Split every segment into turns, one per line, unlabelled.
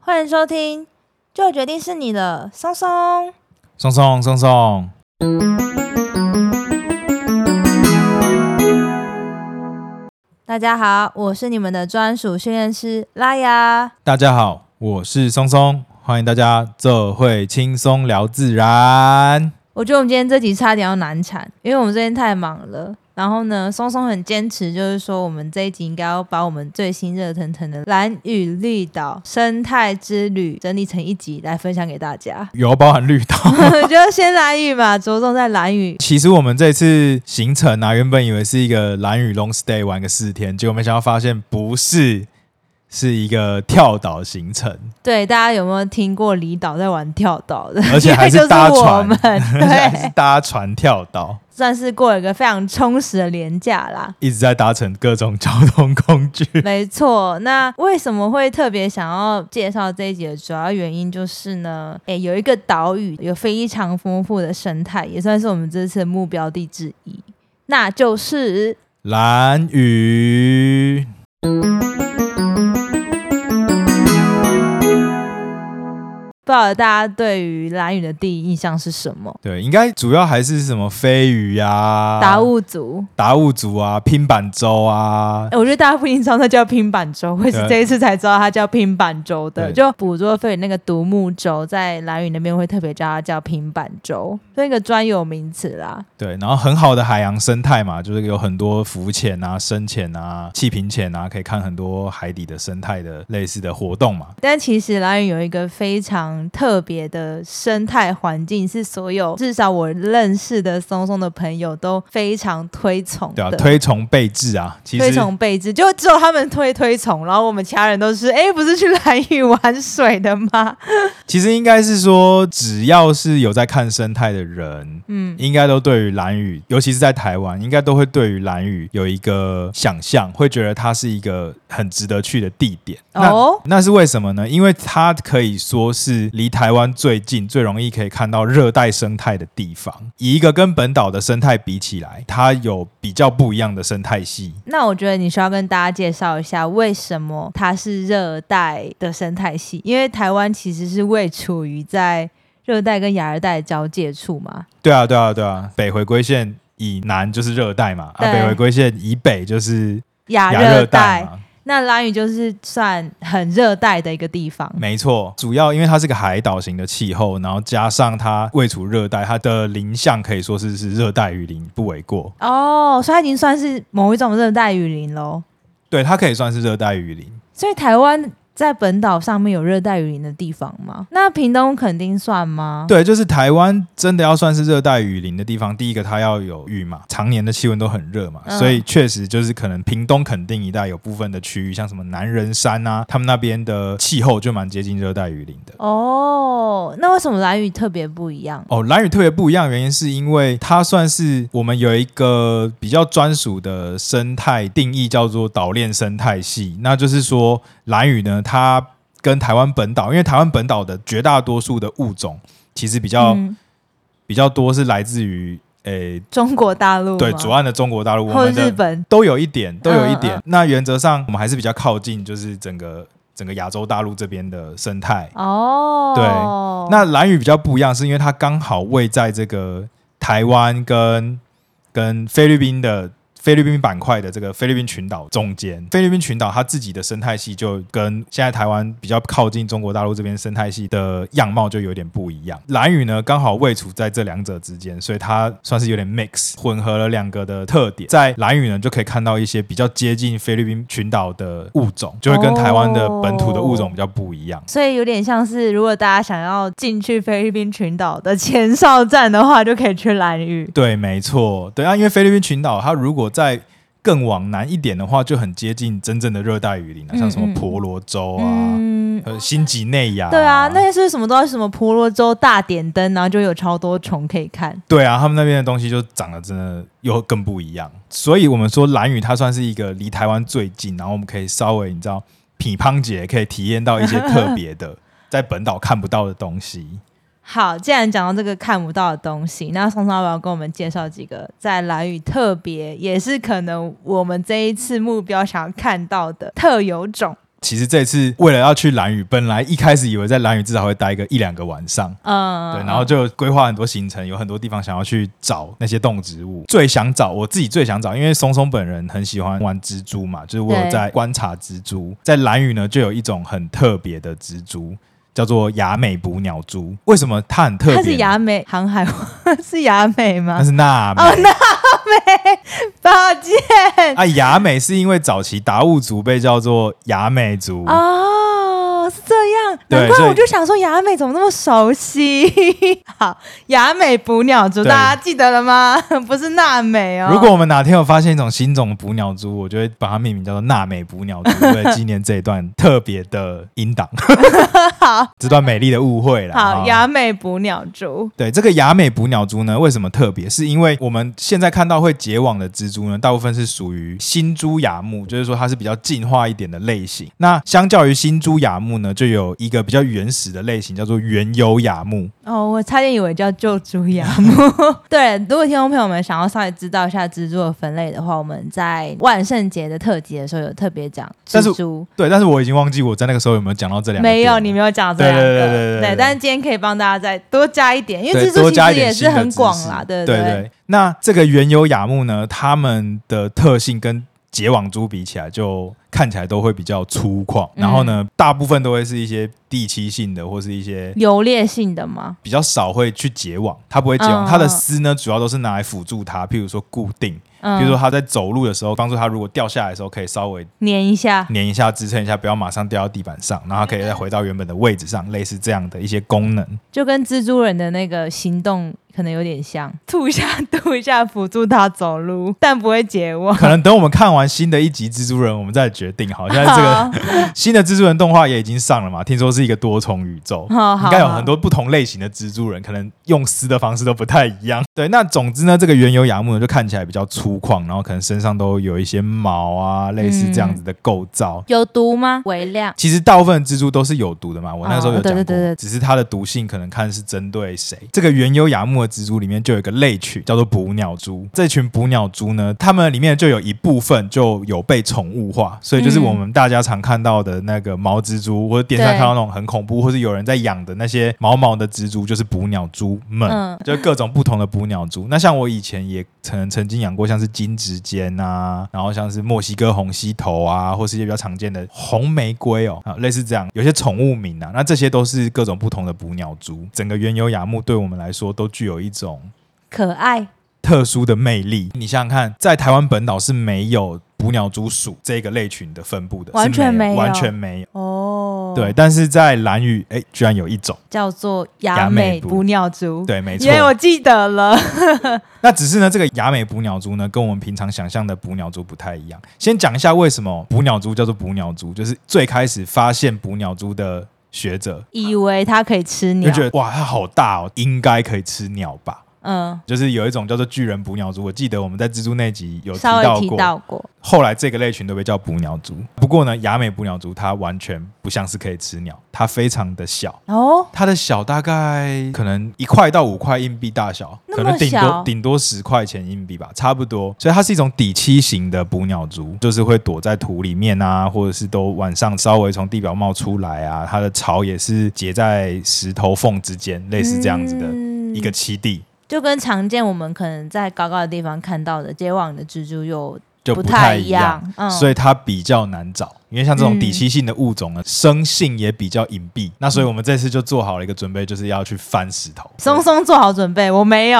欢迎收听，就决定是你了，松松。
松松松松，
大家好，我是你们的专属训练师拉雅。
大家好，我是松松，欢迎大家这会轻松聊自然。。
我觉得我们今天这集差点要难产，因为我们最近太忙了。然后呢，松松很坚持，就是说我们这一集应该要把我们最新热腾腾的蓝雨绿岛生态之旅整理成一集来分享给大家
有包含 绿岛。
我觉得先蓝雨吧，着重在蓝雨。
其实我们这次行程啊，原本以为是一个蓝屿 long stay 玩个四天，结果没想到发现不是，是一个跳岛行程，
对，大家有没有听过离岛在玩跳岛的？
而且还
就是
搭
我
船
们，
而且还
对
是，搭船跳岛，
算是过了一个非常充实的廉价啦。
一直在搭乘各种交通工具。
没错，那为什么会特别想要介绍这一集的主要原因就是呢，诶，有一个岛屿有非常丰富的生态，也算是我们这次的目标地之一，那就是
蓝屿，
不知道大家对于蓝屿的第一印象是什么？
对，应该主要还是什么飞鱼啊、
达悟族，
达悟族啊、拼板舟啊，
诶我觉得大家不一定知道它叫拼板舟，我也是
对啊
这一次才知道它叫拼板舟的。
对
就捕捉费那个独木舟，在蓝屿那边会特别叫它叫拼板舟，是一个专有名词啦。
对，然后很好的海洋生态嘛，就是有很多浮潜啊、深潜啊、气瓶潜啊，可以看很多海底的生态的类似的活动嘛。
但其实蓝屿有一个非常特别的生态环境，是所有至少我认识的松松的朋友都非常推崇
对啊，
的。
推崇备至啊，其
推
实
崇备至，就只有他们推推崇，然后我们其他人都是，哎，不是去蓝屿玩水的吗？
其实应该是说，只要是有在看生态的人，
嗯，
应该都对于蓝屿，尤其是在台湾，应该都会对于蓝屿有一个想象，会觉得它是一个很值得去的地点。那
哦，
那是为什么呢？因为它可以说是离台湾最近、最容易可以看到热带生态的地方。以一个跟本岛的生态比起来，它有比较不一样的生态系。
那我觉得你需要跟大家介绍一下为什么它是热带的生态系，因为台湾其实是位处于在热带跟亚热带的交界处嘛。
对啊，对啊，对啊，北回归线以南就是热带嘛，
对
啊，北回归线以北就是
亚
亚热
热
带
带，
嘛。
那蓝屿就是算很热带的一个地方，
没错，主要因为它是个海岛型的气候，然后加上它位处热带，它的林相可以说是是热带雨林不为过。
哦，所以它已经算是某一种热带雨林喽。
对，它可以算是热带雨林。
所以台湾在本岛上面有热带雨林的地方吗？那屏东肯定算吗？
对，就是台湾真的要算是热带雨林的地方，第一个它要有雨嘛，常年的气温都很热嘛，
嗯
所以确实就是可能屏东垦丁一带有部分的区域，像什么南仁山啊，他们那边的气候就蛮接近热带雨林的。
哦，那为什么蓝屿特别不一样？
哦，蓝屿特别不一样，原因是因为它算是我们有一个比较专属的生态定义，叫做岛链生态系。那就是说，蓝屿呢，它跟台湾本岛，因为台湾本岛的绝大多数的物种其实比较、
嗯、
比较多是来自于诶、
中国大陆
对
吗
左岸的中国大陆，我
或
们
日
的
本
都有一点，都有一点。
嗯嗯
那原则上我们还是比较靠近，就是整个整个亚洲大陆这边的生态。
哦，
那蓝屿比较不一样，是因为它刚好位在这个台湾跟跟菲律宾的菲律宾板块的这个菲律宾群岛中间。菲律宾群岛它自己的生态系就跟现在台湾比较靠近中国大陆这边生态系的样貌就有点不一样。蓝屿呢刚好位处在这两者之间，所以它算是有点 mix 混合了两个的特点。在蓝屿呢就可以看到一些比较接近菲律宾群岛的物种，就会跟台湾的本土的物种比较不一样。
所以有点像是，如果大家想要进去菲律宾群岛的前哨站的话，就可以去蓝屿。
对，没错，对啊，因为菲律宾群岛它如果再更往南一点的话，就很接近真正的热带雨林啊，
嗯
像什么
嗯
婆罗洲啊、
嗯，
呃新几内亚、
对啊，那些是不是什么都要什么婆罗洲大点灯，然后就有超多虫可以看。
对啊，他们那边的东西就长得真的又更不一样。所以我们说蓝屿它算是一个离台湾最近，然后我们可以稍微你知道匹乓姐可以体验到一些特别 的在本岛看不到的东西。
好，既然讲到这个看不到的东西，那松松要不要跟我们介绍几个在蓝屿特别，也是可能我们这一次目标想要看到的特有种？
其实这次为了要去兰屿，本来一开始以为在兰屿至少会待个一两个晚上，
嗯，
对，然后就规划很多行程，有很多地方想要去找那些动植物。最想找我自己最想找，因为松松本人很喜欢玩蜘蛛嘛，就是我有
对
在观察蜘蛛。在蓝屿呢，就有一种很特别的蜘蛛，叫做雅美捕鸟蛛。为什么它很特别呢？
它是雅美哦航海王 是雅美吗
那？是娜美。
抱歉
啊，雅美是因为早期达悟族被叫做雅美
嗯
族，
哦，是这样，
对
难怪
所以
我就想说雅美怎么那么熟悉。 好，雅美捕鸟族，
对
大家记得了吗？ 不是娜美哦。
如果我们哪天有发现一种新种捕鸟蛛，我就会把它命名叫做娜美捕鸟蛛，为了纪念这一段特别的 音档，
好
这段美丽的误会啦。
好
哈
雅美捕鸟族，
对这个雅美捕鸟蛛呢，为什么特别？是因为我们现在看到会结网的蜘蛛呢，大部分是属于新蛛亚目，就是说它是比较进化一点的类型。那相较于新蛛亚目呢，就有一个比较原始的类型叫做原有亚目。
哦，我差点以为叫救猪雅 木。对，如果听众朋友们想要稍微知道一下蜘蛛的分类的话，我们在万圣节的特辑的时候有特别讲
但是
蜘蛛，
对，但是我已经忘记我在那个时候有没有讲到这两个点了。
没有，你没有讲这
对
两个，
对对对对对
但是今天可以帮大家再多加一点，因为
对
蜘蛛
多
其
加一
实
点
也
新
是
的
很
知
广
识
啦，对不
对
对
对，那这个原有雅木呢，它们的特性跟结网蛛比起来，就看起来都会比较粗犷。然后
嗯
呢，大部分都会是一些地栖性的，或是一些
游猎性的吗？
比较少会去结网，它不会结网。
嗯
它的丝呢，主要都是拿来辅助它，譬如说固定，
嗯，
譬如说它在走路的时候，帮助它如果掉下来的时候，可以稍微
粘一下，
粘一下、支撑一下，不要马上掉到地板上，然后它可以再回到原本的位置上，类似这样的一些功能。
就跟蜘蛛人的那个行动可能有点像，吐一下吐一下，辅助它走路，但不会解网。
可能等我们看完新的一集蜘蛛人，我们再决定。好，现在这个。新的蜘蛛人动画也已经上了嘛？听说是一个多重宇 宙，
好好
应该有
好
很多不同类型的蜘蛛人，可能用撕的方式都不太 一样。对，那总之呢，这个原油雅木呢就看起来比较粗犷，然后可能身上都有一些毛啊，类似这
嗯
样子的构造。
有毒吗？微量。
其实大部分的蜘蛛都是有毒的嘛，我那时候有讲过，
哦对对对对
只是它的毒性可能看是针对谁。这个原优雅木的蜘蛛里面就有一个类群叫做捕鸟蛛，这群捕鸟蛛呢，它们里面就有一部分就有被宠物化，所以就是
嗯
我们大家常看到的那个毛蜘蛛，或者电视上看到那种很恐怖，或是有人在养的那些毛毛的蜘蛛，就是捕鸟蛛们，
嗯
就是各种不同的捕鸟蛛。那像我以前也曾曾经养过，像是金指尖啊，然后像是墨西哥红吸头啊，或是一些比较常见的红玫瑰哦，啊，类似这样，有些宠物名啊，那这些都是各种不同的捕鸟蛛。整个原有雅木对我们来说都具有一种
可爱，
特殊的魅力。你想想看，在台湾本岛是没有捕鸟蛛属这个类群的分布的，是
完全
没
没有
完全没有。
哦，
对，，但是在蓝屿，哎，居然有一种，
叫做
雅
雅
美
美
捕
捕鸟族，
对，没错。
耶，我记得了，
那只是呢，这个雅美捕鸟蛛呢，跟我们平常想象的捕鸟蛛不太一样。先讲一下为什么捕鸟蛛叫做捕鸟蛛，就是最开始发现捕鸟蛛的学者
以为它可以吃
就
鸟
觉，得哇，它好大哦，应该可以吃鸟吧。
嗯，
就是有一种叫做巨人捕鸟蛛，我记得我们在蜘蛛那集有提
稍
到
微提
过。
到过，
后来这个类群都被叫捕鸟蛛。不过呢，雅美捕鸟蛛它完全不像是可以吃鸟，它非常的小，
哦，
它的小大概可能一块到五块硬币大小，
那
可
么
能顶多
小
顶多十块钱硬币吧，差不多。所以它是一种底栖型的捕鸟蛛，就是会躲在土里面啊，或者是都晚上稍微从地表冒出来啊。它的巢也是结在石头缝之间，类似这样子的
嗯
一个栖地，
就跟常见我们可能在高高的地方看到的结网的蜘蛛又
就
太
太一
样，嗯，
所以它比较难找。因为像这种底栖性的物种呢，生性也比较隐蔽。那所以我们这次就做好了一个准备，就是要去翻石头。
嗯松松做好准备，我没 有。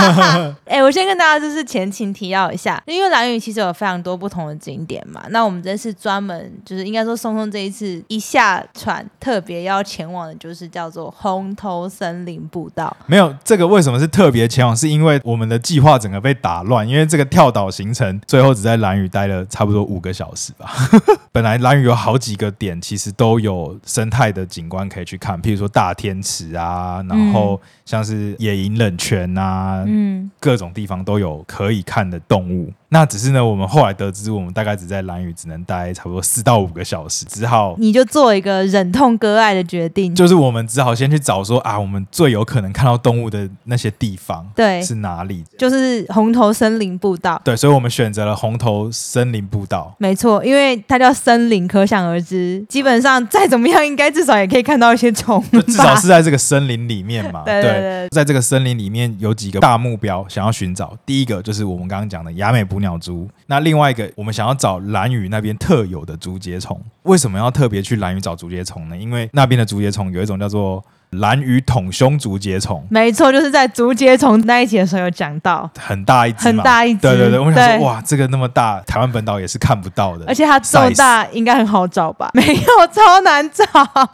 哎、我先跟大家就是前情提要一下，因为蓝屿其实有非常多不同的景点嘛。那我们这次专门就是应该说松松这一次一下船特别要前往的就是叫做红头森林步道。
没有这个为什么是特别前往？是因为我们的计划整个被打乱，因为这个跳岛行程最后只在兰屿待了差不多五个小时吧。 本来兰屿有好几个点，其实都有生态的景观可以去看，譬如说大天池啊，然后像是野营冷泉啊，
嗯，
各种地方都有可以看的动物。那只是呢，我们后来得知，我们大概只在蓝屿只能待差不多四到五个小时，只好
你就做一个忍痛割爱的决定。
就是我们只好先去找说啊，我们最有可能看到动物的那些地方
对，
是哪里？
就是红头森林步道。
对，所以我们选择了红头森林步道。
没错，因为它叫森林，可想而知，基本上再怎么样，应该至少也可以看到一些虫吧。
就至少是在这个森林里面 嘛，
对对对
在这个森林里面有几个大目标想要寻找。第一个就是我们刚刚讲的雅美捕鸟蛛，那另外一个我们想要找蓝屿那边特有的竹节虫。为什么要特别去蓝屿找竹节虫呢？因为那边的竹节虫有一种叫做蓝屿筒胸竹节虫，
没错，就是在竹节虫那一集的时候有讲到，
很大一只嘛，
很大一只
对对对，我想
对
说哇，这个那么大，台湾本岛也是看不到的
而。且它这么大，应该很好找吧？ 没有，超难找。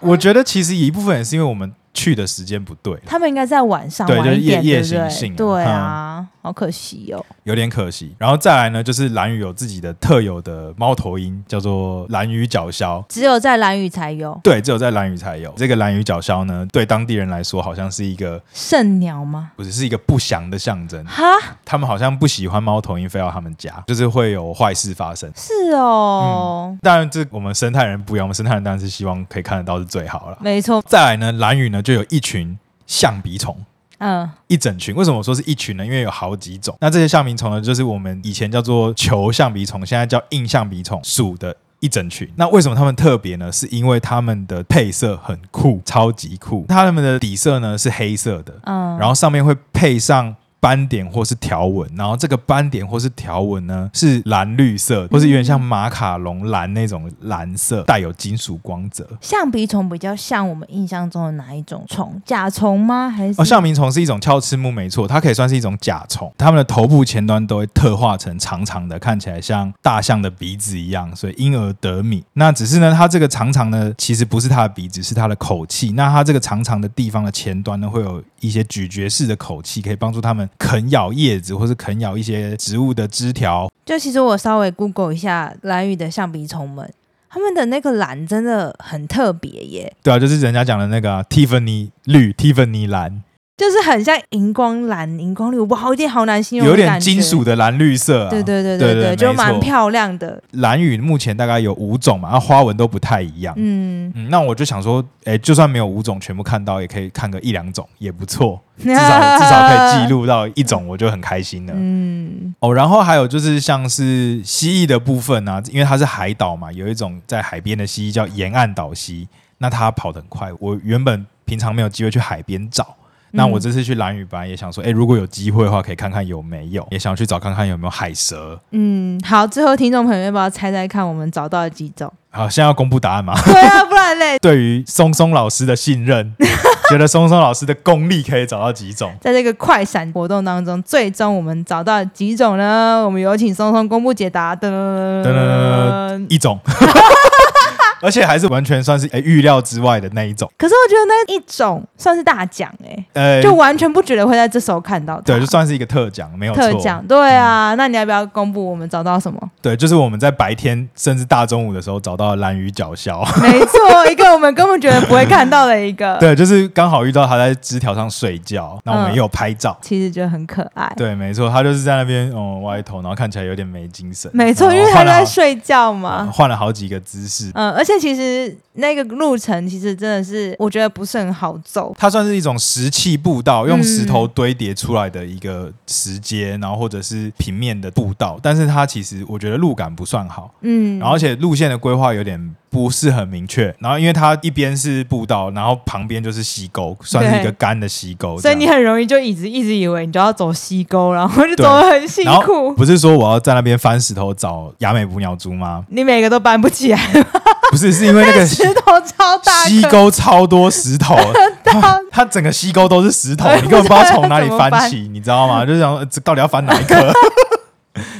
我觉得其实一部分也是因为我们去的时间不对，
他们应该在晚上
对
晚一点，
就是
对
夜
不对
夜行性啊嗯
对啊，好可惜哦。
有点可惜。然后再来呢，就是蓝屿有自己的特有的猫头鹰，叫做蓝屿角鸮。
只有在蓝屿才有
对，只有在蓝屿才有。这个蓝屿角鸮呢，对当地人来说好像是一个
圣鸟吗？
不只是一个不祥的象征。
哈，
他们好像不喜欢猫头鹰飞到他们家，就是会有坏事发生。
是哦，
当然，这我们生态人不一样，我们生态人当然是希望可以看得到是最好了。
没错，
再来呢，蓝屿呢就有一群象鼻虫。
嗯，
一整群。为什么我说是一群呢？因为有好几种。那这些象鼻虫呢，就是我们以前叫做球象鼻虫，现在叫硬象鼻虫属的。一整群，那为什么它们特别呢？是因为它们的配色很酷，超级酷。它们的底色呢是黑色的，
嗯
然后上面会配上斑点或是条纹，然后这个斑点或是条纹呢是蓝绿色，或是有点像马卡龙蓝那种蓝色，带有金属光泽。
象鼻虫比较像我们印象中的哪一种虫？甲虫吗？还是
哦，象鼻虫是一种鞘翅目，没错，它可以算是一种甲虫。它们的头部前端都会特化成长长的，看起来像大象的鼻子一样，所以因而得名。那只是呢，它这个长长的其实不是它的鼻子，是它的口气。那它这个长长的地方的前端呢，会有一些咀嚼式的口气，可以帮助它们啃咬叶子，或是啃咬一些植物的枝条。
就其实我稍微 Google 一下蓝屿的象鼻虫们，它们的那个蓝真的很特别耶，
对啊，就是人家讲的那个、啊、Tiffany 绿、Tiffany 蓝，
就是很像荧光蓝、荧光绿，哇，好有点好难形容，
有点金属。的蓝绿色、啊。
对对对
对
对
对
就
没错
蛮漂亮的。
蓝屿目前大概有五种嘛，它花纹都不太一样。
嗯，
嗯，那我就想说，哎、就算没有五种全部看到，也可以看个一两种，也不错。至 少至少可以记。录到一种，我就很开心了。
嗯，
哦，然后还有就是像是蜥蜴的部分啊，因为它是海岛嘛，有一种在海边的蜥蜴叫沿岸岛蜥，那它跑得很快。我原本平常没有机会去海边找。那我这次去蓝屿，本来也想说，哎、如果有机会的话，可以看看有没有，也想去找看看有没有海蛇。
嗯，好，最后听众朋友要不要猜猜看我们找到了几种？
好，现在要公布答案吗？
对啊，不然嘞，
对于松松老师的 信任，觉得松松老师的功力可以找到几种？
在这个快闪活动当中，最终我们找到了几种呢？我们有请松松公布解答。噔噔
噔噔一 种，而且还是完全算是诶哎预料之外的那一种。
可是我觉得那一种算是大奖哎、
呃，
就完全不觉得会在这时候看到它
对，就算是一个特奖，没有
特
错。
奖，对啊。那你要不要公布我们找到什么？
对，就是我们在白天甚至大中午的时候找到了蓝鱼角鸮，
没错，一个我们根本觉得不会看到的一个，
对，就是刚好遇到它在枝条上睡觉，那我们也有拍照。
其实觉得很可爱。
对，没错，它就是在那边嗯歪头，然后看起来有点没精神。
没错，
然
因
后
为他
哦换了
在
好
睡觉
嗯
嘛。
换了好几个姿势，
嗯，而且其实那个路程其实真的是，我觉得不是很好走。
它算是一种石器步道，
嗯
用石头堆叠出来的一个石阶，然后或者是平面的步道，但是它其实我觉得路感不算好，
嗯，
然后而且路线的规划有点不是很明确，然后因为它一边是步道，然后旁边就是溪沟，算是一个干的溪沟，
所以你
这样
很容易就一直一直以为你就要走西沟，然后就
对
走得很辛
然后
苦，？
不是说我要在那边翻石头找雅美捕鸟蛛吗
你每个都搬不起来，
不是，是因为 那个
石头超大，
溪沟超多石头，
大，
它整个溪沟都是石头
哎，
你根本不知道从哪里
不知道要怎么
翻起，你知道吗？就想说呃这到底要翻哪一颗，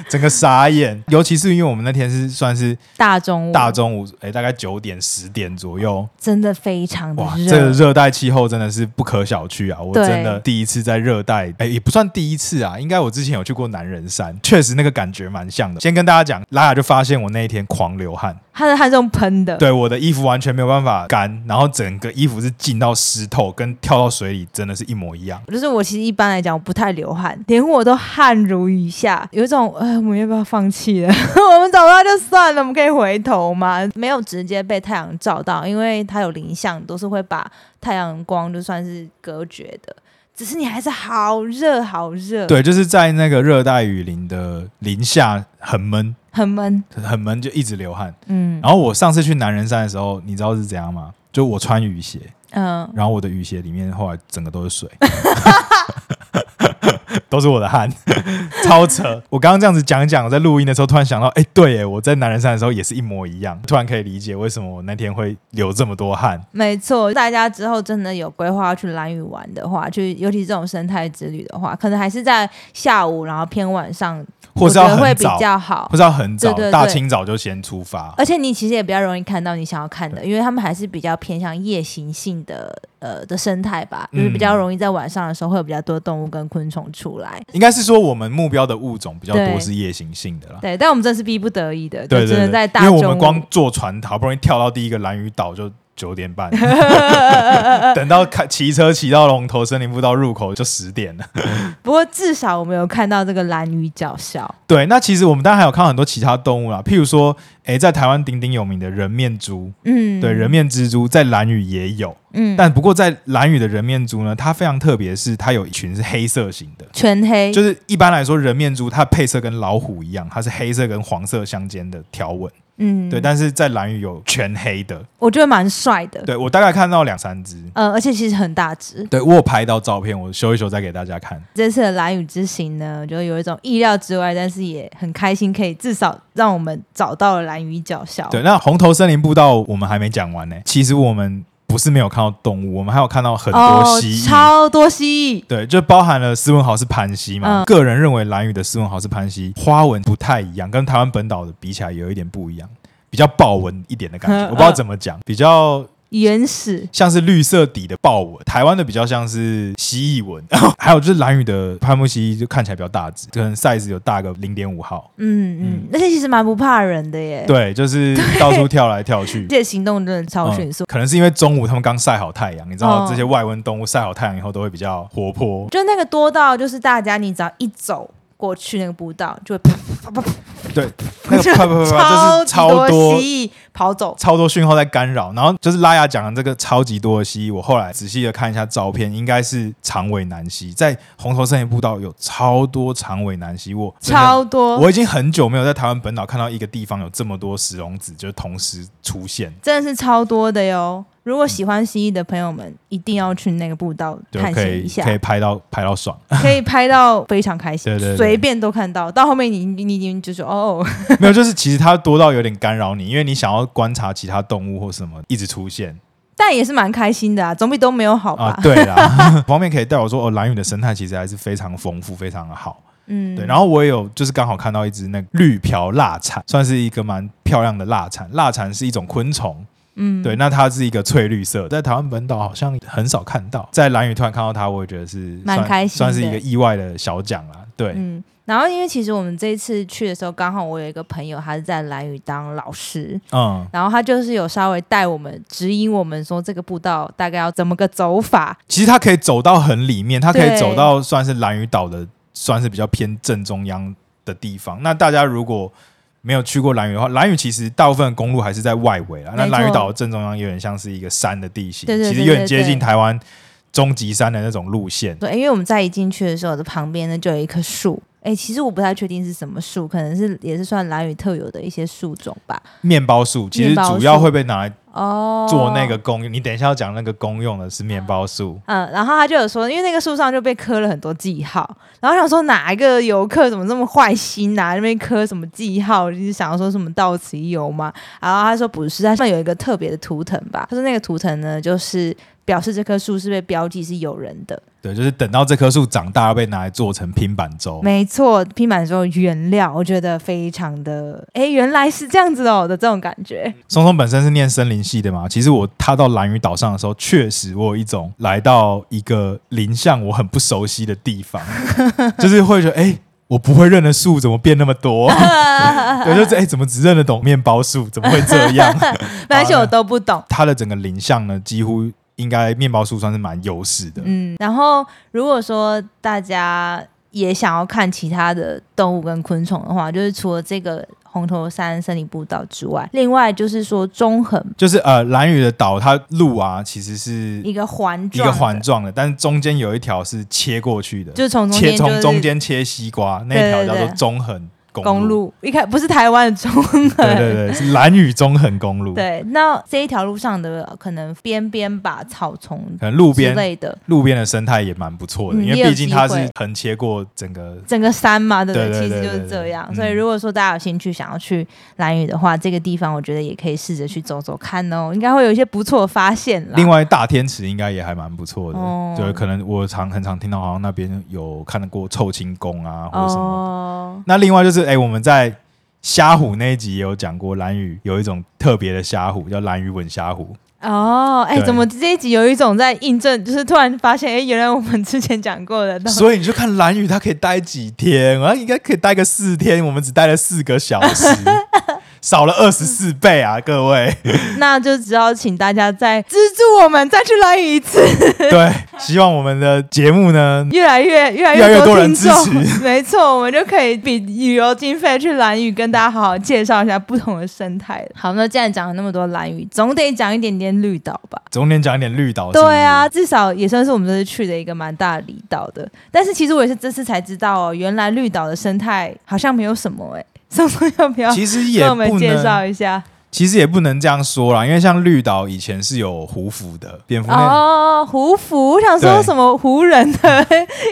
整个傻眼。尤其是因为我们那天是算是
大中午
大中午，哎、大概九点十点左右，
真的非常的
哇，这个
热，
热带气候真的是不可小觑啊！我
对
真的第一次在热带，哎、也不算第一次啊，应该我之前有去过南仁山，确实那个感觉蛮像的。先跟大家讲，拉雅就发现我那一天狂流汗，
它的汗是用喷的，
对，我的衣服完全没有办法干，然后整个衣服是浸到湿透，跟跳到水里真的是一模一样。
就是我其实一般来讲我不太流汗，连我都汗如雨下，有一种呃，我们要不要放弃了？ 我们找不到就算了，我们可以回头吗？没有直接被太阳照到，因为它有林相，都是会把太阳光就算是隔绝的。只是你还是好热，好热，，
对，就是在那个热带雨林的林下很闷，
很闷，
很闷，就一直流汗。
嗯
然后我上次去南人山的时候，你知道是怎样吗？就我穿雨鞋，
嗯，
然后我的雨鞋里面后来整个都是水， 都是我的汗，超扯！我刚刚这样子讲一讲，我在录音的时候突然想到，哎、对耶，我在南人山的时候也是一模一样，突然可以理解为什么我那天会流这么多汗。
没错。大家之后真的有规划去蓝屿玩的话，就尤其这种生态之旅的话，可能还是在下午，然后偏晚上，
或是要
我觉得会
很
比
早，
较好
或。是要很早，
对对对呃
大清早就先出发。
而且你其实也比较容易看到你想要看的，因为他们还是比较偏向夜行性的呃的生态吧，就是比较
嗯
容易在晚上的时候会有比较多动物跟昆虫出来。
应该是说我们目标的物种比较多
对
是夜行性的啦。
对，但我们真的是逼不得已的，
嗯对
就只
对
能在
对，
大
因为
中
我们
午
光坐船好不容易跳到第一个蓝屿岛就九点半， 等到开骑车骑到龙头森林步道入口就十点了。
不过至少我们有看到这个蓝鱼角鸮，
对，那其实我们当然还有看到很多其他动物啦，譬如说，诶，在台湾鼎鼎有名的人面猪，
嗯，
对，人，面蜘蛛在蓝屿也有，
嗯，
但不过在蓝屿的人面猪呢，它非常特别，是它有一群是黑色型的。
全黑，
就是一般来说，人面猪它的配色跟老虎一样，它是黑色跟黄色相间的条纹。
嗯，
对，但是在蓝屿有全黑的，
我觉得蛮帅的，
对我大概看到两三只。
呃，而且其实很大只。
对我有拍到照片，我修一修再给大家看。
这次的蓝雨之行呢，就有一种意料之外，但是也很开心，可以至少让我们找到了蓝鱼角鸮。
对，那红头森林步道我们还没讲完呢、其实我们不是没有看到动物，我们还有看到很多蜥
哦、
蜴。
超多蜥蜴。
对，就包含了斯文豪是攀蜥嘛，
嗯
个人认为蓝屿的斯文豪是攀蜥，花纹不太一样，跟台湾本岛的比起来有一点不一样，比较豹纹一点的感觉，
嗯
我不知道怎么讲，比较
原始
像是绿色底的豹纹，台湾的比较像是蜥蜴纹， 还有就是蓝屿的攀木蜥蜴就看起来比较大只，可能 size 有大个零点五号。
嗯嗯，那些其实蛮不怕人的耶。，
对，嗯就是到处跳来跳去
而。且行动真的超迅速。
可能是因为中午他们刚晒好太阳，你知道
哦
这些外温动物晒好太阳以后都会比较 活泼。
就那个多到，就是大家你只要一走过去那个步道，就会
对，那个啪啪啪啪，就是
超
超
级
多
蜥蜴跑走。
超多讯号在干扰。然后就是拉雅讲的这个超级多的蜥蜴，我后来仔细的看一下照片，应该是长尾南蜥，在红头森林步道有超多长尾南蜥，我真的
超多，
我已经很久没有在台湾本岛看到一个地方有这么多石龙子，就是同时出现。
真的是超多的哟。如果喜欢蜥蜴的朋友们，一定要去那个步道
对，
探
可
险
以
一下
可，以拍到拍到爽，
可以拍到非常开心
对对对，
随便都看到。到后面你你已经就说哦，
没有就是其实它多到有点干扰你，因为你想要观察其他动物或什么一直出现
但也是蛮开心的啊，总比都没有好
啊
吧。。
对啦， 方面可以带我说哦，蓝屿的生态其实还是非常丰富，非常的好。
嗯，
对，然后我也有就是刚好看到一只那个绿瓢蜡蝉，算是一个蛮漂亮的蜡蝉。蜡蝉是一种昆虫，
嗯，
对，那它是一个翠绿色，在台湾本岛好像很少看到，在蓝屿突然看到它，我也觉得是
蛮
算
开心
算是一
的
个意外的小奖啦。对，
嗯，然后因为其实我们这一次去的时候，刚好我有一个朋友，他是在蓝屿当老师，
嗯，
然后他就是有稍微带我们指引我们说这个步道大概要怎么个走法，
其实它可以走到很里面，它可以
对
走到算是蓝屿岛的，算是比较偏正中央的地方。那大家如果没有去过蓝屿的话，蓝屿其实大部分的公路还是在外围啦。那
没错
蓝屿岛的正中央有点像是一个山的地形，
对对对
其实有点接近
对对
台湾终极山的那种路线。
对，因为我们在一进去的时候，的旁边呢就有一棵树。哎，其实我不太确定是什么树，可能是也是算蓝屿特有的一些树种吧。
面包树其实
面包
主要
树
会被拿来
哦，
做那个，公用，你等一下要讲那个公用的是面包树。
嗯，然后他就有说，因为那个树上就被刻了很多记号，然后想说哪一个游客怎么这么坏心呐、啊，那边刻什么记号，就是想要说什么到此一游吗？然后他说不是，他上面有一个特别的图腾吧，他说那个图腾呢，就是表示这棵树是被标记是有人的，
对，就是等到这棵树长大被拿来做成拼板舟。
没错，拼满之后原料，我觉得非常的，哎，原来是这样子哦的这种感觉，
松松本身是念森林系的嘛，其实我踏到蓝屿岛上的时候，确实我有一种 来到一个林相我很不熟悉的地方，就是会觉得哎、诶我不会认的树怎么变那么多？ 对，就是哎、怎么只认得懂面包树？怎么会这样？
而且我都不懂。
它的整个林相呢，几乎应该面包树算是蛮优势的。
嗯，然后如果说大家也想要看其他的动物跟昆虫的话，就是除了这个红头山森林步道之外，另外就是说中横
就是呃，蓝屿的岛它路啊，其实是
一个环
一
状
个
的，
环状的，但是中间有一条是切过去的，
就是从中
切
间就
从
是
中间切西瓜那一条
对对
叫
对
做中横公
公路，一开不是台湾的中横，
对对对，是蓝屿中横公路，
对那这一条路上的可能边边吧草丛
可能路
之
边
类的，
路边的生态也蛮不错的，
嗯
因
也
为
有
毕竟它
机会
是横切过整个。
整个山嘛，对不
对对
其实
对
就是
对
这
对
样。
嗯
所以如果说大家有兴趣想要去蓝屿的话，这个地方我觉得也可以试着去走走看哦，应该会有一些不错的发现啦。
另外，大天池应该也还蛮不错的，
哦
就是可能我常很常听到，好像那边有看过臭青宫啊，或者什么的
哦，
那另外就是，哎、我们在虾虎那一集也有讲过，蓝鱼有一种特别的虾虎，叫蓝鱼吻虾虎。
哦，哎、
对
怎么这一集有一种在印证，就是突然发现，哎、原来我们之前讲过的东西。
所以你就看蓝鱼，它可以待几天，然后应该可以待个四天，我们只待了四个小时， 少了二十四倍啊，各位。
那就只要请大家再资助我们再去蓝屿一次，
对，希望我们的节目呢，
越来越越来
越来越
多
多人
听
支
众。 没错，我们就可以比旅游经费去蓝屿，跟大家好好介绍一下不同的生态。好，那既然讲了那么多蓝屿，总得讲一点点绿岛吧。
总点讲一点绿岛。哦是不是
对啊，，至少也算是我们这次去的一个蛮大的离岛的。但是其实我也是这次才知道哦，原来绿岛的生态好像没有什么哎、松松要不要
其实也
跟我们
不
介绍
能，
一下？
其实也不能这样说啦，因为像绿岛以前是有胡服的，蝙蝠那、
哦，胡服，我想说
对
什么湖人的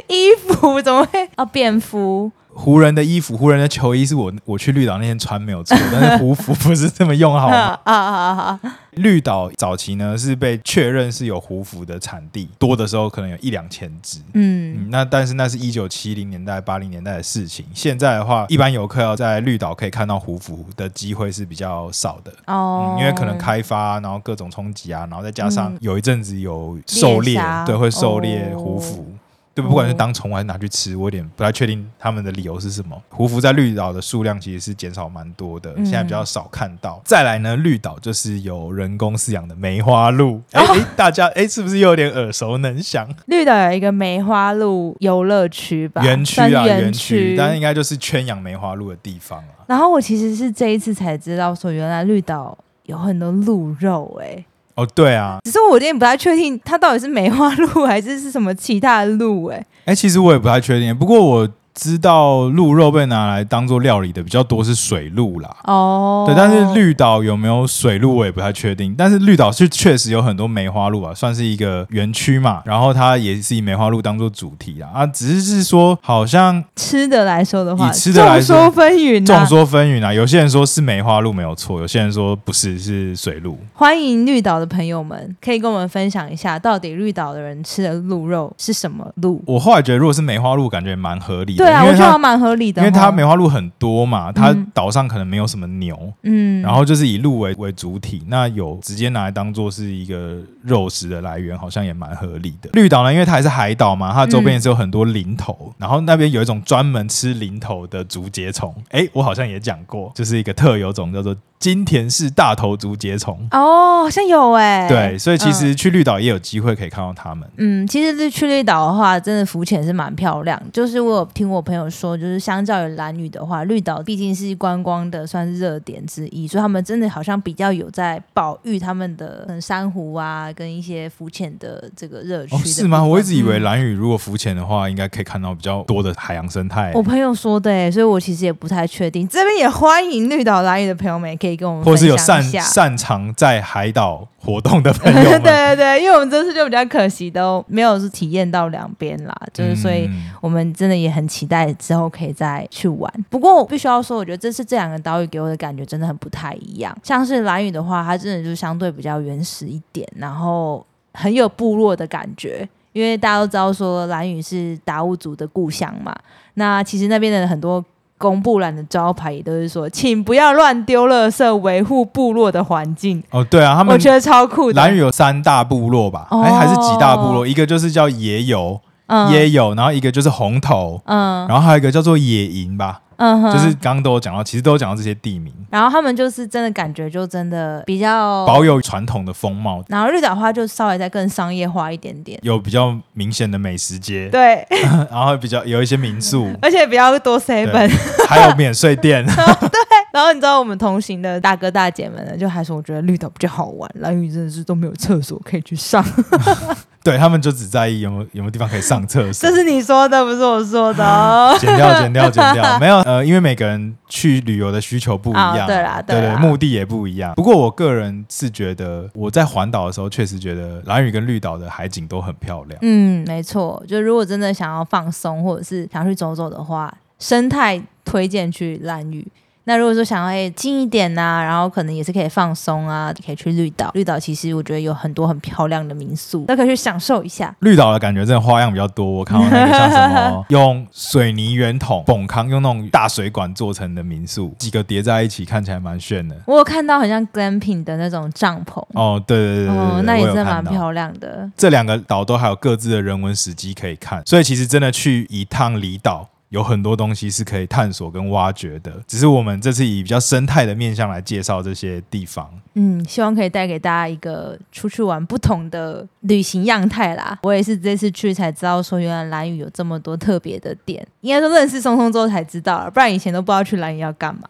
衣服怎么会啊？蝙蝠
湖人的衣服、湖人的球衣是我我去绿岛那天穿没有错，但是湖服不是这么用 好吗？
啊啊啊啊！
绿岛早期呢是被确认是有湖服的产地，多的时候可能有一两千只。
嗯，
嗯，那但是那是一九七零年代、八零年代的事情。现在的话，一般游客要在绿岛可以看到湖服的机会是比较少的，
哦
嗯，，因为可能开发，然后各种冲击啊，然后再加上
嗯
有一阵子有狩
猎
猎
杀，
对，会狩猎
哦
胡服。对，不管是
哦
当宠物还是拿去吃，我有点不太确定他们的理由是什么。胡服在绿岛的数量其实是减少蛮多的，
嗯
现在比较少看到。再来呢，绿岛就是有人工饲养的梅花鹿，哎、
哦
哎大家哎、是不是又有点耳熟能详？
绿岛有一个梅花鹿游乐区吧，
园区
算
啊，
园
园区，但应该就是圈养梅花鹿的地方啊。
然后我其实是这一次才知道，说原来绿岛有很多鹿肉、哎，
哦，对啊，
只是我有点不太确定它到底是梅花鹿还是是什么其他的鹿、哎，
哎、其实我也不太确定，不过我知道鹿肉被拿来当做料理的比较多是水鹿啦。
哦，
对，但是绿岛有没有水鹿我也不太确定。但是绿岛是确实有很多梅花鹿啊，算是一个园区嘛。然后它也是以梅花鹿当做主题啊，啊，只是是说好像
吃的来说的话，
以吃的来说
众说纷纭、啊，
众说纷纭啊。有些人说是梅花鹿没有错，有些人说不是，是水鹿。
欢迎绿岛的朋友们，可以跟我们分享一下，到底绿岛的人吃的鹿肉是什么鹿？
我后来觉得，如果是梅花鹿，感觉也蛮合理
对
的，
啊，
因
我觉
为
得还
它
蛮合理的哦，
因为它梅花鹿很多嘛，它
嗯
岛上可能没有什么牛，
嗯，
然后就是以鹿为为主体，那有直接拿来当做是一个肉食的来源，好像也蛮合理的。绿岛呢，因为它还是海岛嘛，它周边也是有很多林头，
嗯
然后那边有一种专门吃林头的竹节虫，哎，我好像也讲过，就是一个特有种叫做金田氏大头竹节虫。
哦，好像有哎、
对，所以其实去绿岛也有机会可以看到它们。
嗯，其实是去绿岛的话，真的浮潜是蛮漂亮。就是我有听我朋友说，就是相较于蓝屿的话，绿岛毕竟是观光的算是热点之一，所以他们真的好像比较有在保育他们的可能珊瑚啊，跟一些浮潜的这个热区、
哦，是吗？我一直以为
嗯
蓝屿如果浮潜的话，应该可以看到比较多的海洋生态
我，朋友说的、欸，所以我其实也不太确定。这边也欢迎绿岛蓝屿的朋友们，也可以跟我们
或是有
分享
擅
一下
擅长在海岛活动的朋友
对
们。嗯
对对，因为我们这次就比较可惜，都没有是体验到两边啦，就是所以
嗯
我们真的也很期待之后可以再去玩。不过我必须要说，我觉得这次这两个岛屿给我的感觉真的很不太一样。像是蓝屿的话，它真的就是相对比较原始一点，然后很有部落的感觉。因为大家都知道说蓝屿是达悟族的故乡嘛，那其实那边的很多公布栏的招牌也都是说，请不要乱丢垃圾，维护部落的环境。
哦，对啊，他
我
们
觉得超酷的。
蓝屿有三大部落吧？哎、
哦
还是几大部落？一个就是叫野友，
嗯
椰有，然后一个就是红头，
嗯
然后还有一个叫做野营吧，
嗯哼，
就是刚刚都有讲到，其实都有讲到这些地名，
然后他们就是真的感觉就真的比较
保有传统的风貌，
然后绿岛花就稍微再更商业化一点点，
有比较明显的美食街，
对，
然后比较有一些民宿，
而且比较多 seven。
还有免税店。
然后你知道我们同行的大哥大姐们呢，就还说我觉得绿岛比较好玩，蓝屿真的是都没有厕所可以去 上，
对他们就只在意有没有有没有地方可以上厕所
这。是你说的，不是我说的哦。
剪掉，剪掉，剪 掉。没有，呃，因为每个人去旅游的需求不一样，
哦对啦
对
对啦
目的也不一样。不过我个人是觉得，我在环岛的时候，确实觉得蓝屿跟绿岛的海景都很漂亮。
嗯，没错，就如果真的想要放松或者是想去走走的话，生态推荐去蓝屿。那如果说想要诶近一点呐、然后可能也是可以放松啊，可以去绿岛。绿岛其实我觉得有很多很漂亮的民宿，都可以去享受一下。
绿岛的感觉真的花样比较多，我看到那个像什 么用水泥圆筒、崩康用那种大水管做成的民宿，几个叠在一起，看起来蛮炫的。
我有看到很像 glamping 的那种帐篷，
哦，对对对对对，
那也
我
真的
有看
蛮
到。
漂亮的。
这两个岛都还有各自的人文史迹可以看，所以其实真的去一趟离岛，有很多东西是可以探索跟挖掘的。只是我们这次以比较生态的面向来介绍这些地方。
嗯，希望可以带给大家一个出去玩不同的旅行样态啦。我也是这次去才知道，说原来兰屿有这么多特别的点。应该说认识松松之后才知道了，不然以前都不知道去兰屿要干嘛。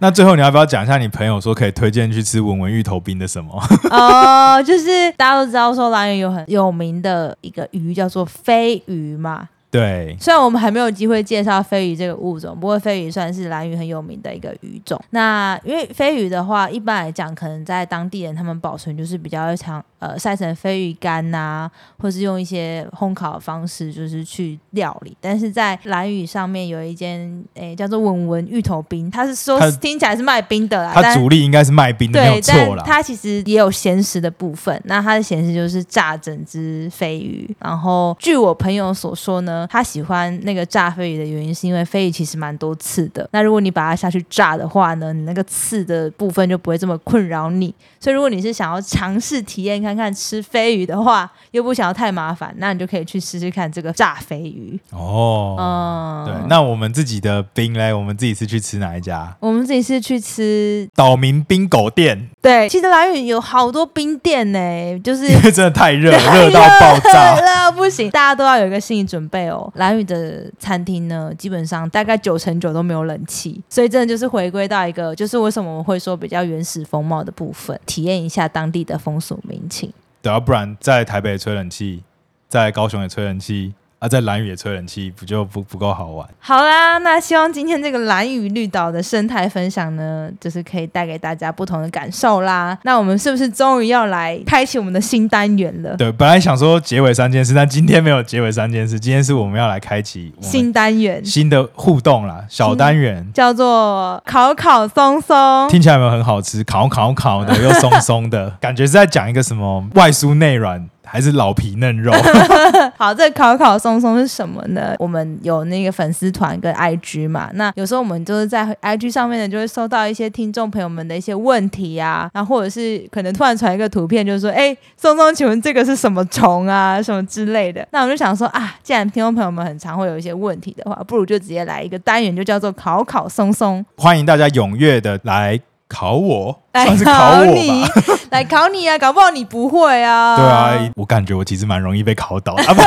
那最后你要不要讲一下你朋友说可以推荐去吃文文芋头冰的什么？
哦、就是大家都知道说兰屿有很有名的一个鱼叫做飞鱼嘛。
对，
虽然我们还没有机会介绍飞鱼这个物种，不过飞鱼算是蓝鱼很有名的一个鱼种。那因为飞鱼的话，一般来讲，可能在当地人他们保存就是比较常呃晒成飞鱼干呐、或是用一些烘烤的方式就是去料理。但是在蓝屿上面有一间诶、叫做文文芋头冰，它是说
它
听起来是卖冰的啦，
他
但
主力应该是卖冰的，没有
对，
错
啊但
啦。
它其实也有咸食的部分。那它的咸食就是炸整只飞鱼。然后据我朋友所说呢，他喜欢那个炸飞鱼的原因是因为飞鱼其实蛮多刺的。那如果你把它下去炸的话呢，你那个刺的部分就不会这么困扰你。所以如果你是想要尝试体验看看吃飞鱼的话，又不想要太麻烦，那你就可以去试试看这个炸飞鱼。
哦，
嗯，
对，那我们自己的冰嘞，我们自己是去吃哪一家？
我们这里是去吃，
岛民冰狗店，
对，其实蓝屿有好多冰店呢、就是
因为真的太热，热到
太
爆 炸。
了不行，大家都要有一个心理准备哦。蓝宇的餐厅呢，基本上大概九成九都没有冷气，所以真的就是回归到一个，就是为什么我们会说比较原始风貌的部分，体验一下当地的风俗民情。
对啊，不然在台北吹冷气，在高雄也吹冷气，啊，在蓝屿也吹冷气，不就不不够好玩？
好啦，那希望今天这个蓝屿绿岛的生态分享呢，就是可以带给大家不同的感受啦。那我们是不是终于要来开启我们的新单元了？
对，本来想说结尾三件事，但今天没有结尾三件事，今天是我们要来开启我们
新单元
新的互动啦，小单元。
叫做考考松松。
听起来有没有很好吃？烤烤烤的，又松松的， 感觉是在讲一个什么外酥内软，还是老皮嫩肉？
好，这考考松松是什么呢？我们有那个粉丝团跟 IG 嘛，那有时候我们就是在 IG 上面呢，就会收到一些听众朋友们的一些问题啊，然后或者是可能突然传一个图片，就是说，哎，松松，请问这个是什么虫啊，什么之类的。那我就想说啊，既然听众朋友们很常会有一些问题的话，不如就直接来一个单元，就叫做考考松松。
欢迎大家踊跃的来考我，
来
算是
考
我
你
吧。，
来考你啊！搞不好你不会啊。
对啊，我感觉我其实蛮容易被考倒的。啊不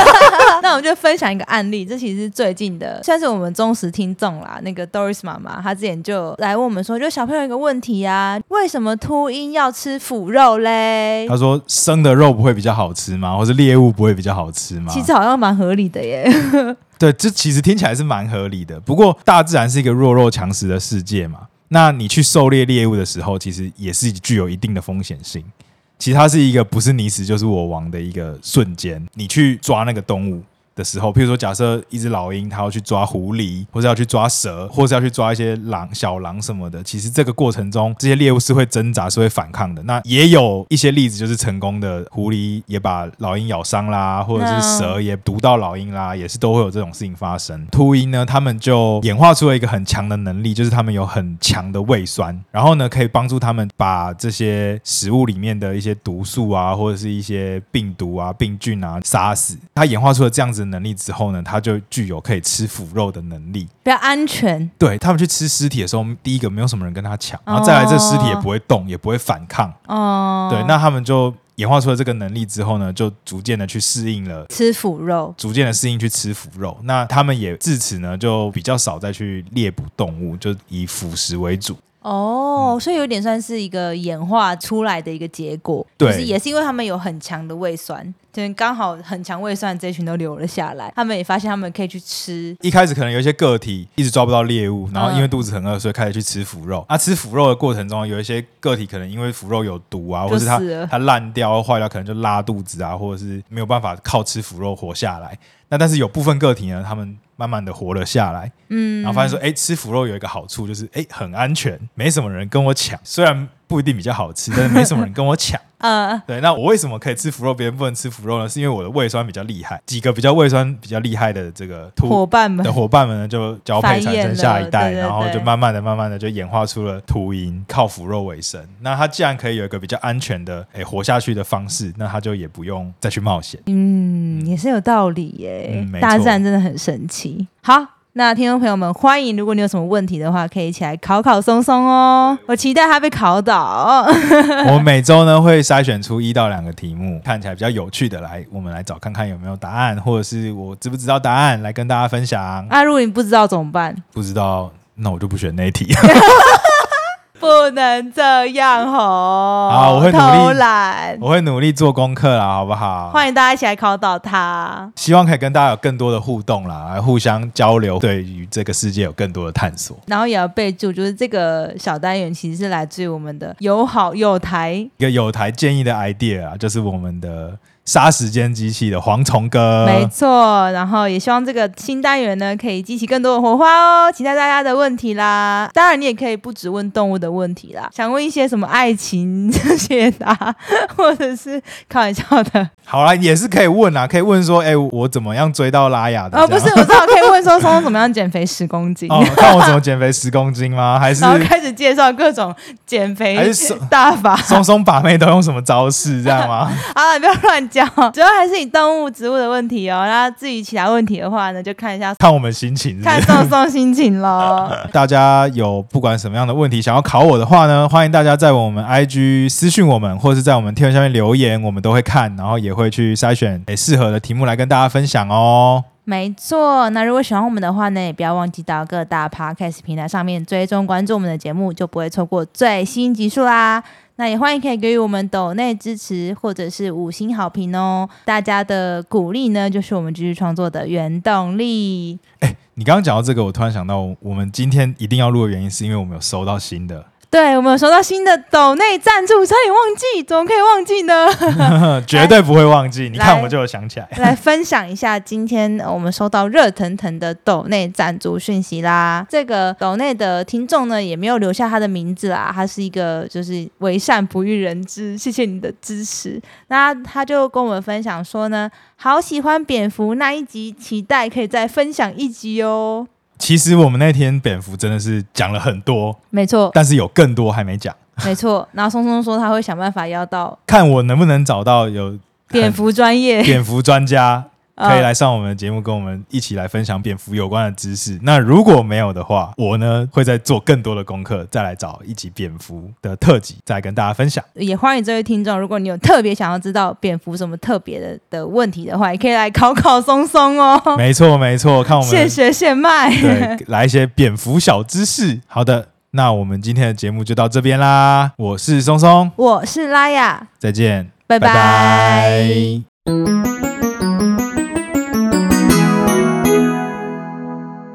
那我们就分享一个案例，这其实是最近的，算是我们忠实听众啦。那个 Doris 妈妈，她之前就来问我们说，就小朋友一个问题啊，为什么秃鹰要吃腐肉嘞？
他说生的肉不会比较好吃吗？或是猎物不会比较好吃吗？
其实好像蛮合理的耶。
对，这其实听起来是蛮合理的。不过大自然是一个弱肉强食的世界嘛，那你去狩猎猎物的时候，其实也是具有一定的风险性。其实它是一个不是你死就是我亡的一个瞬间，你去抓那个动物，的时候，譬如说假设一只老鹰它要去抓狐狸，或是要去抓蛇，或是要去抓一些狼、小狼什么的，其实这个过程中这些猎物是会挣扎、是会反抗的。那也有一些例子就是成功的，狐狸也把老鹰咬伤啦，或者是蛇也毒到老鹰啦，也是都会有这种事情发生。秃鹰呢，它们就演化出了一个很强的能力，就是它们有很强的胃酸，然后呢可以帮助它们把这些食物里面的一些毒素啊，或者是一些病毒啊、病菌啊杀死。它演化出了这样子的能力之后呢，它就具有可以吃腐肉的能力。
比较安全。
对他们去吃尸体的时候，第一个没有什么人跟他抢，然后再来这尸体也不会动，也不会反抗。
哦，
对，那他们就演化出了这个能力之后呢，就逐渐的去适应了。
吃腐肉，
逐渐的适应去吃腐肉，那他们也自此呢就比较少再去猎捕动物，就以腐食为主。嗯
哦，所以有点算是一个演化出来的一个结果，
对
就是也是因为他们有很强的胃酸，对，刚好很强胃酸这一群都留了下来，他们也发现他们可以去吃，
一开始可能有一些个体一直抓不到猎物，然后
嗯
因为肚子很饿，所以开始去吃腐肉。啊，吃腐肉的过程中，有一些个体可能因为腐肉有毒啊，或
就
者是它
死了
它烂掉、坏掉，可能就拉肚子啊，或者是没有办法靠吃腐肉活下来。那但是有部分个体呢，他们慢慢的活了下来，
嗯，
然后发现说，哎、吃腐肉有一个好处就是，哎、很安全，没什么人跟我抢。虽然不一定比较好吃，但是没什么人跟我抢。
呃，
对，那我为什么可以吃腐肉，别人不能吃腐肉呢？是因为我的胃酸比较厉害，几个比较胃酸比较厉害的这个兔
伙伴们
的伙伴们呢，就交配
繁
产
衍
生下
了
一代，
对对
然后
对
就慢慢的、慢慢的就演化出了秃鹰，靠腐肉为生。那它既然可以有一个比较安全的诶活下去的方式，那它就也不用再去冒 险。
嗯，也是有道理耶
嗯。没
大自
错
然真的很神奇。好，那听众朋友们，欢迎如果你有什么问题的话，可以一起来考考松松哦。我期待他被考倒。
我们每周呢会筛选出一到两个题目，看起来比较有趣的来，我们来找看看有没有答案，或者是我知不知道答案来跟大家分享。
啊，如果你不知道怎么办？
不知道，那我就不选那一题。
不能这样吼！好
我会努力
偷懒。
我会努力做功课啦，好不好？
欢迎大家一起来考倒他。
希望可以跟大家有更多的互动啦，来互相交流，对于这个世界有更多的探索。
然后也要备注，就是这个小单元其实是来自于我们的友好友台，
一个有台建议的 idea 啊，就是我们的杀时间机器的蝗虫哥，
没错，然后也希望这个新单元呢可以激起更多的火花哦，期待大家的问题啦。当然，你也可以不只问动物的问题啦，想问一些什么爱情这些的啊， 或者是开玩笑的
好啦，也是可以问啊，可以问说，哎、我怎么样追到拉雅的？
哦，
这
不
样
是，我知道可以问说松松怎么样减肥十公斤。
哦，看我怎么减肥十公斤吗？还是
然后开始介绍各种减肥
还是手
大法，
松松把妹都用什么招式这样 吗？
好了，不要乱讲，哦 主要还是你动物、植物的问题哦。那至于其他问题的话呢，就看一下
看我们心情是不
看
是。
松松心情喽。
大家有不管什么样的问题想要考我的话呢，欢迎大家在我们 IG 私讯我们，或是在我们贴文下面留言，我们都会看，然后也会去筛选诶适合的题目来跟大家分享哦。
没错，那如果喜欢我们的话呢，也不要忘记到各大 podcast 平台上面追踪关注我们的节目，就不会错过最新集数啦。那也欢迎可以给予我们抖内支持或者是五星好评哦，大家的鼓励呢，就是我们继续创作的原动力。
你刚刚讲到这个，我突然想到，我们今天一定要录的原因，是因为我们有收到新的
对我们有收到新的抖内赞助，差点忘记，怎么可以忘记呢？
绝对不会忘记。你
来
看我就有想起来，
来分享一下今天呃我们收到热腾腾的抖内赞助讯息啦。这个抖内的听众呢，也没有留下他的名字啦，他是一个就是为善不欲人知，谢谢你的支持。那他就跟我们分享说呢，好喜欢蝙蝠那一集，期待可以再分享一集哦。
其实我们那天蝙蝠真的是讲了很多，
没错，
但是有更多还没讲，
没 错。然后松松说他会想办法要到
看我能不能找到有
蝙蝠专业，
蝙蝠专家可以
呃
来上我们的节目，跟我们一起来分享蝙蝠有关的知识。那如果没有的话，我呢会再做更多的功课，再来找一集蝙蝠的特辑，再来跟大家分享。
也欢迎这位听众，如果你有特别想要知道蝙蝠什么特别的的问题的话，也可以来考考松松哦。
没错，没错，看我们
现学现卖，
对来一些蝙蝠小知识。好的，那我们今天的节目就到这边啦。我是松松，
我是拉雅，
再见，
拜拜
拜